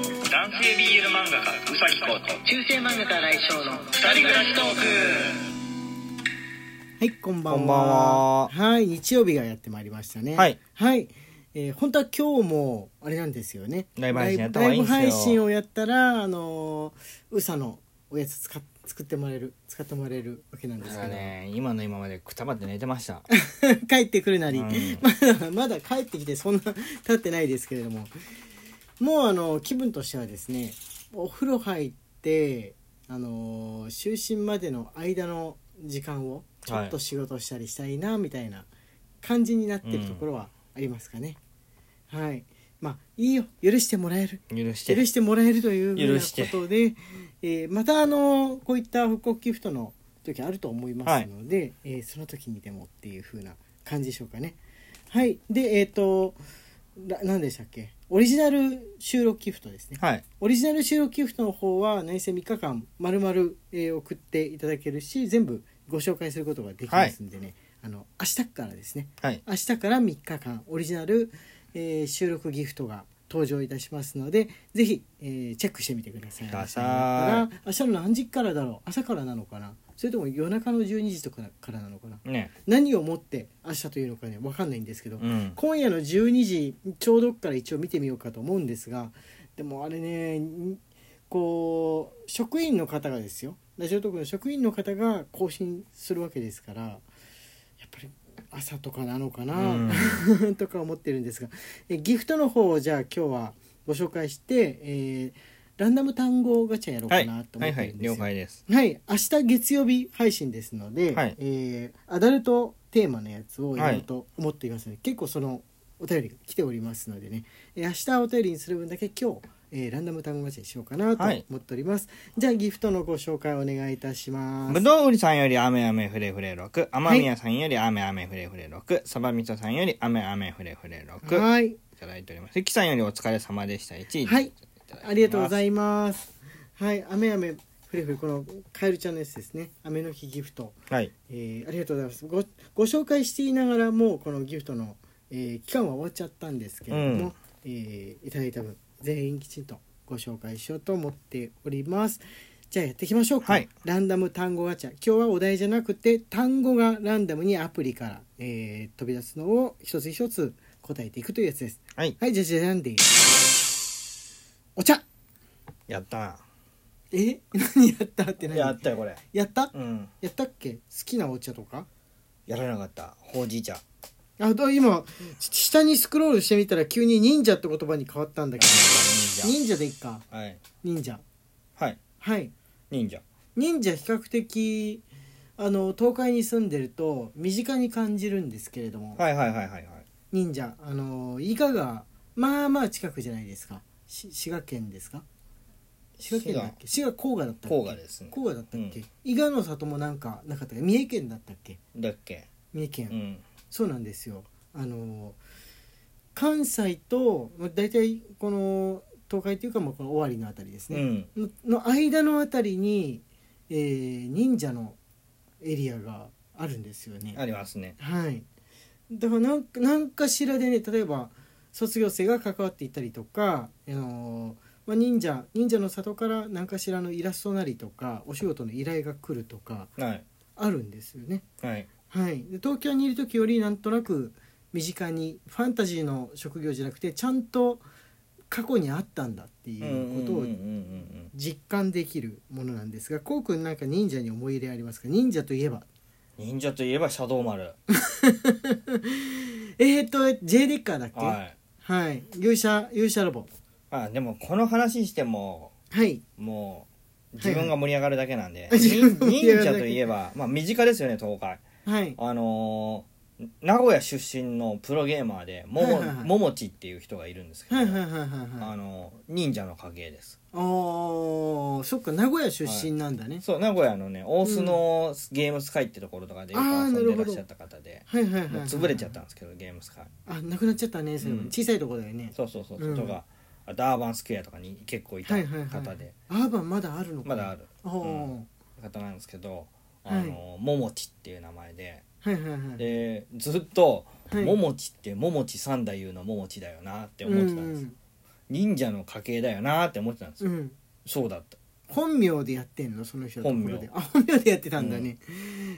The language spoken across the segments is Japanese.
系 BL 漫画家うさぎこと中世漫画家来翔の二人暮らしトークはいこんばんはこんばんはい日曜日がやってまいりましたねはい、はいえー本当は今日もあれなんですよねライブ配信やった方がいいんですよライブ配信をやったらあのーうさのおやつ使っ作ってもらえる使ってもらえるわけなんですだけど、からね今の今までくたばって寝てました 帰ってくるなり、うんまだ まだ帰ってきてそんな経ってないですけれどももうあの気分としてはですねお風呂入ってあの就寝までの間の時間をちょっと仕事したりしたいなみたいな感じになってるところはありますかね、はいまあいいよ許してもらえる許して許してもらえるというような許してことで、えーまたあのこういった復興ギフトの時あると思いますので、えーその時にでもっていう風な感じでしょうかねはいでえっ、とな何でしたっけオリジナル収録ギフトですねはいオリジナル収録ギフトの方は内戦3日間まるまる送っていただけるし全部ご紹介することができますんでね、あの明日からですねはい明日から3日間オリジナル、えー収録ギフトが登場いたしますのでぜひ、えーチェックしてみてくださいください明日の何時からだろう朝からなのかなそれとも夜中の12時とかからなのかなね何をもって明日というのかね分かんないんですけど、うん今夜の12時ちょうどから一応見てみようかと思うんですがでもあれねにこう職員の方がですよラジオトークの職員の方が更新するわけですからやっぱり朝とかなのかな、 とか思ってるんですがえギフトの方をじゃあ今日はご紹介して、えーランダム単語ガチャやろうはかいなとは思っいてはるいんですよ、了解ですはい、明日月曜日配信ですので、はいえーアダルトテーマのやつをやろうと思っていますので、結構そのお便りが来ておりますのでね、えー明日お便りにする分だけ今日、えーランダム単語マッチにしようかなとはい思っております、じゃあギフトのご紹介お願いいたしますぶどう売りさんより雨雨ふれふれ6雨宮さんより雨雨ふれふれ6サバみそさんより雨雨ふれふれ6いはいただいております関さんよりお疲れ様でした1位はいただておますありがとうございますはい雨雨ふれふれこのカエルちゃんのやつですね雨の日ギフトはいえーありがとうございますごご紹介していながらもうこのギフトの、えー期間は終わっちゃったんですけれども、うんえーいただいた分全員きちんとご紹介しようと思っておりますじゃあやっていきましょうか、はいランダム単語ガチャ今日はお題じゃなくて単語がランダムにアプリから、えー飛び出すのを一つ一つ答えていくというやつですはいはいじゃあじゃあなんでお茶やったえ 何やったって何やったよこれやったうんやったっけ好きなお茶とかやらなかったほうじ茶あだ今ち下にスクロールしてみたら急に忍者って言葉に変わったんだけど忍忍者でいっか者はい忍者はいはい忍者忍者比較的あの東海に住んでると身近に感じるんですけれども、はいはいはいはいはい忍者あの伊賀がまあまあ近くじゃないですかし滋賀県ですか滋賀県だっけ滋賀甲賀だったっけ甲賀ですね甲賀だったっけ、うん伊賀の里もなんかなかったっけ三重県だったっけだっけ三重県、うんそうなんですよあの関西とまあ大体この東海というかまあこの尾張のあたりですうね、んのの間のあたりに、えー忍者のエリアがあるんですよね。ありますねはい、だからなんかなんかしらでね例えば卒業生が関わっていたりとか、あのまあ、忍者忍者の里から何かしらのイラストなりとかお仕事の依頼が来るとかはいあるんですよね。はいはい、で東京にいる時よりなんとなく身近にファンタジーの職業じゃなくてちゃんと過去にあったんだっていうことをうんうんうんうん実感できるものなんですがこうくんなんか忍者に思い入れありますか忍者といえばうん忍者といえばシャドウマルえっ、ー、と J デッカーだっけははいい、勇者勇者ロボあでもこの話してもはいもう自分が盛り上がるだけなんはで、い はい忍盛り上がる忍だ者けといえば、まあ、身近ですよね東海はいあのー名古屋出身のプロゲーマーでもも,、はいはいはいももちっていう人がいるんですけど、はいはいはいはいはあいのー忍者の影絵ですおーそっか名古屋出身なんだね、そう名古屋のね大須のゲームスカイってところとかでよく遊んでらっしゃった方ではい、はいはいはいもうはい潰れちゃったんですけどゲームスカイあなくなっちゃったねそれもねうん小さいとこだよねそうそうそう、うんとかあダーバンスクエアとかに結構いたは方いで、はいはいアーバンまだあるのかなまだあるおーうん方なんですけど、はいあのももちっていう名前ではいはいはいでずっと、はいももちってももち三太夫のももちだよなって思ってたんです、うん忍者の家系だよなーって思ってたんですうよ、んそうだった本名でやってんのその人のところで本あ本名でやってたんだね、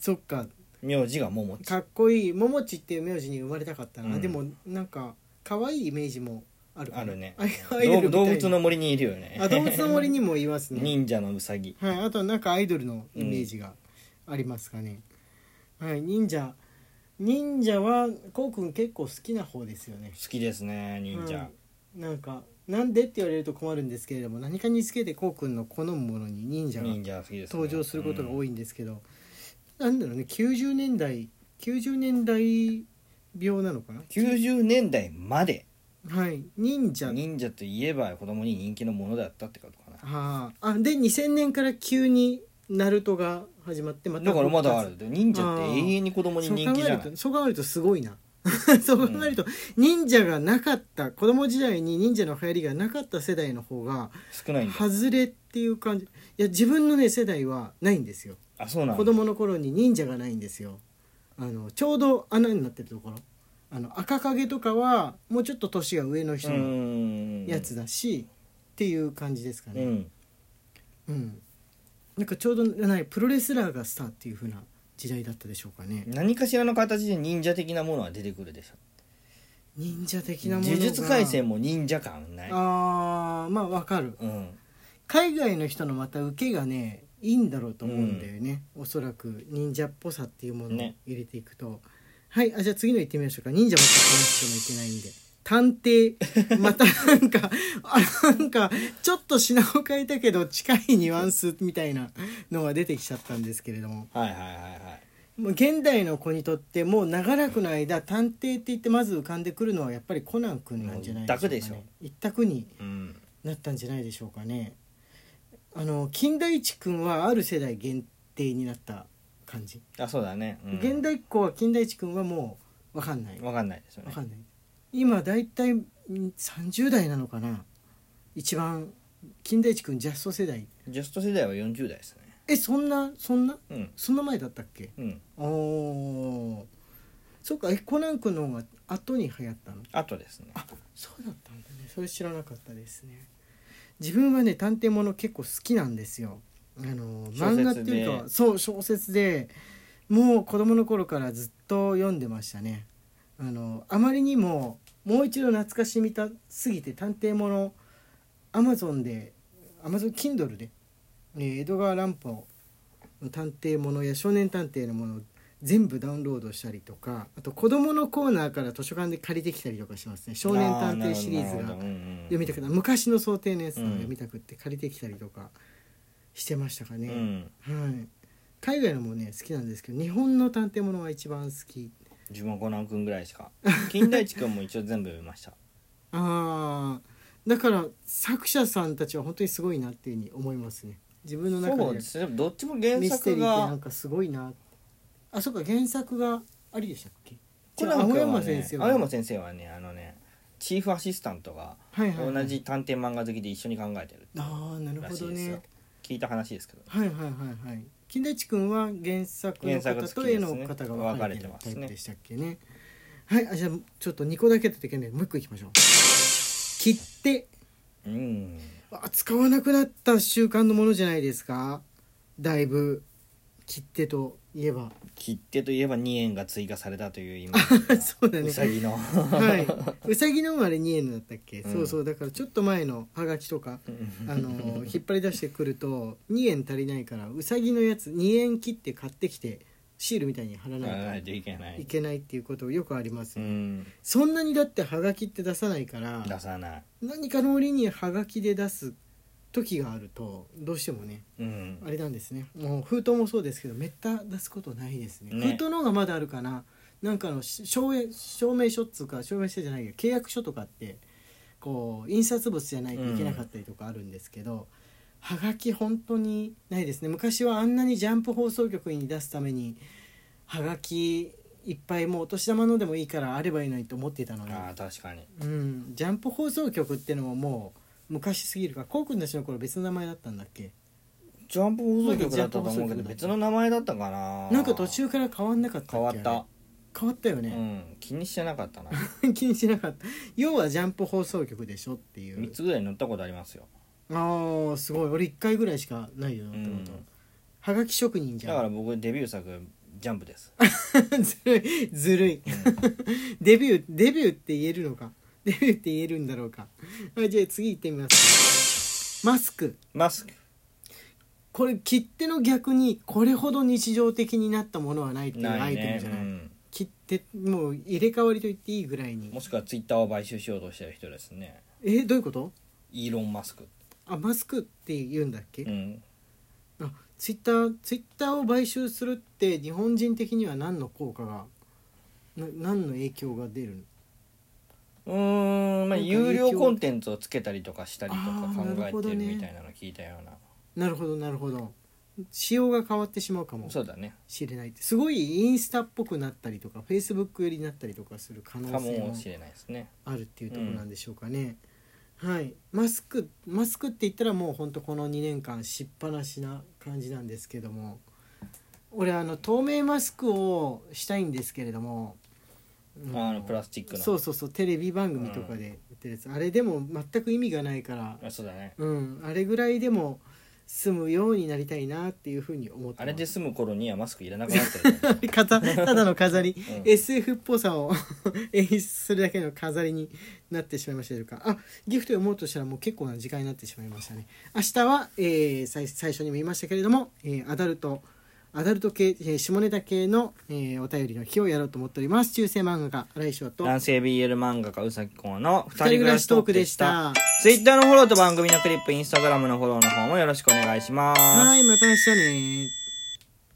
そっか名字がももちかっこいいももちっていう名字に生まれたかったな、うんでもなんか可愛いイメージもあるかなあるねあアイドルみたい動物動な物の森にいるよねあ動物の森にもいますね 忍者のうさぎはいあとなんかアイドルのイメージがありますかね、はい忍者忍者はこうくん結構好きな方ですよね好きですね忍者、なんかなんでって言われると困るんですけれども何かにつけてこうくんの好むものに忍者が忍者好きです、ね、登場することが多い、いんですけど、なんだろうね90年代90年代病なのかな90年代まではい忍者忍者といえば子供に人気のものだったってことかなあああで2000年から急にナルトが始まってまだからまだあ復る忍者って永遠に子供活にそう人考気じえゃるないとそう考えるとすごいな そう考えると、忍者がなかった子供時代に忍者の流行りがなかった世代の方が少ないんだ外れっていう感じいや自分のね世代はないんですよあそうなんだ子供の頃に忍者がないんですよあのちょうど穴になってるところあの赤影とかはもうちょっと年が上の人うのんやつだし、っていう感じですかうねんうん、なんかちょうどないプロレスラーがスターっていう風な時代だったでしょうかね何かしらの形で忍者的なものは出てくるでしょ忍者的なものが呪術廻戦も忍者感ないあーまあわかるうん海外の人のまた受けがねいいんだろうと思うんだよね、おそらく忍者っぽさっていうものをね入れていくと、はいあじゃあ次の行ってみましょうか忍者ばっか話してもいけないんで探偵また なんかあなんかちょっと品を変えたけど近いニュアンスみたいなのが出てきちゃったんですけれどもはいはいはいはいもう現代の子にとってもう長らくの間探偵って言ってまず浮かんでくるのはやっぱりコナン君なんじゃないか、ね、もう一択でしょ一択にうんなったんじゃないでしょうかねあの金田一君はある世代限定になった感じ、あそうだね、うん、現代っ子は金田一君はもう分かんないわかんないですよ分ねかんない今大体ん30代なのかな一番金田一君ジャスト世代ジャスト世代は40代ですねえそんなそんなうんそんな前だったっけうんおーそっかえコナン君の方が後に流行ったのあとですねそうだったんだねそれ知らなかったですね自分はね探偵もの結構好きなんですよあの小説で漫画っていうかそう小説でもう子供の頃からずっと読んでましたねあのあまりにももう一度懐かしみたすぎて探偵ものアマゾンでアマゾン Kindle で、えー江戸川乱歩の探偵ものや少年探偵のものを全部ダウンロードしたりとかあと子どものコーナーから図書館で借りてきたりとかしますね少年探偵シリーズが読読みたくな昔の想定のやつを読みたくって借りてきたりとかしてましたかうね、んはい、海外のもね好きなんですけど日本の探偵ものが一番好き自分はコナン君ぐらいしか金田一君も一応全部読みましたあーだから作者さんたちは本当にすごいなっていうふうに思いますね 自分の中そうでですねどっちも原ミステ作リーってながんかすごいなってあそうか原作がありでしたっけコじゃナあン青君は山ね先生青山先生はねあのねチーフアシスタントがはいはいはい同じ探偵漫画好きで一緒に考えてるああなるらほしいどですよね聞いた話ですけどはいはいはいはい金田一君は原作の原作方が好きとで絵すねの方が分かれてる分かれてますタねイプでしたっけねはいあじゃあちょっと2個だけといけないもう1個いきましょう切手うんあ使わなくなった習慣のものじゃないですかだいぶ切手といえ ば切手といえば2円が追加されたというイメー ジそうだねうさ ぎの はい、うさぎのあれ2円だったっけ、うんそうそうだからちょっと前のハガキとか、あのー引っ張り出してくると2円足りないからうさぎのやつ2円切って買ってきてシールみたいに貼らやらなないいといけなといいけないっていうことよくありますうよ、んそんなにだってハガキって出さないから出さない何かの折にハガキで出す時があるとどうしてもねうんあれなんですねもう封筒もそうですけどめった出すことないですねね封筒の方がまだあるかななんかのし証明証明書っつうか証明書じゃないけど契約書とかってこう印刷物じゃないといけなかったりとかあるんですけど、はがき本当にないですね昔はあんなにジャンプ放送局に出すためにはがきいっぱいもうお年玉のでもいいからあればいいのにと思ってたのにああ確かにうん、ジャンプ放送局ってのももう昔すぎるからこうくんたちの頃別の名前だったんだっけジャンプ放送局だったと思うまだジャンプ放送け局どだ別の名前だったかななんか途中から変わんなかったっ変わった変わったようね、ん気にしてなかったな 気にしなかった要はジャンプ放送局でしょっていう3つぐらい乗ったことあります よああすごい俺1回ぐらいしかないよなってこと、うんはがき職人じだゃかんら僕デビュー作ジャンプです ずるいずるい デビューデビューって言えるのか デビューって言えるんだろうかあじゃあ次行ってみますマスクマスクこれ切手の逆にこれほど日常的になったものはないっていうアないイテムねじうゃないん切手もう入れ替わりと言っていいぐらいにもしくはツイッターを買収しようとしてる人ですねえどういうことイーロン・マスク、あマスクって言うんだっけ、うん、あツイッターツイッターを買収するって日本人的には何の効果がな何の影響が出るうーんまなあんか有料コンテンツをつけたりとかしたりとかあーなるほど考えてるねみたいなの聞いたようななるほどなるほど仕様が変わってしまうかもそうだねしれないってすごいインスタっぽくなったりとかフェイスブック寄りになったりとかする可能か性もしもれないですねあるっていうところなんでしょうかね、はいマスクマスクって言ったらもうほんとこの2年間しっぱなしな感じなんですけども俺あの透明マスクをしたいんですけれどもあのプラスチックのそうそうそうテレビ番組とかでやってるやつ、あれでも全く意味がないから、あそうだねうん、あれぐらいでも済むようになりたいなっていうふうに思ってますあれで済む頃にはマスクいらなくなってる飾ただの飾り、うん SF っぽさを 演出するだけの飾りになってしまいましたというかあギフト読もうとしたらもう結構な時間になってしまいましたね明日は、えー最最初にも言いましたけれども、えーアダルトアダルト系、えー下ネタ系の、えーお便りの日をやろうと思っております中世漫画家荒井翔と男性 BL 漫画家うさきこうの二二人人暮暮ららししトトーーククででししたた Twitter のフォローと番組のクリップ Instagram のフォローの方もよろしくお願いしますはいまた明日ね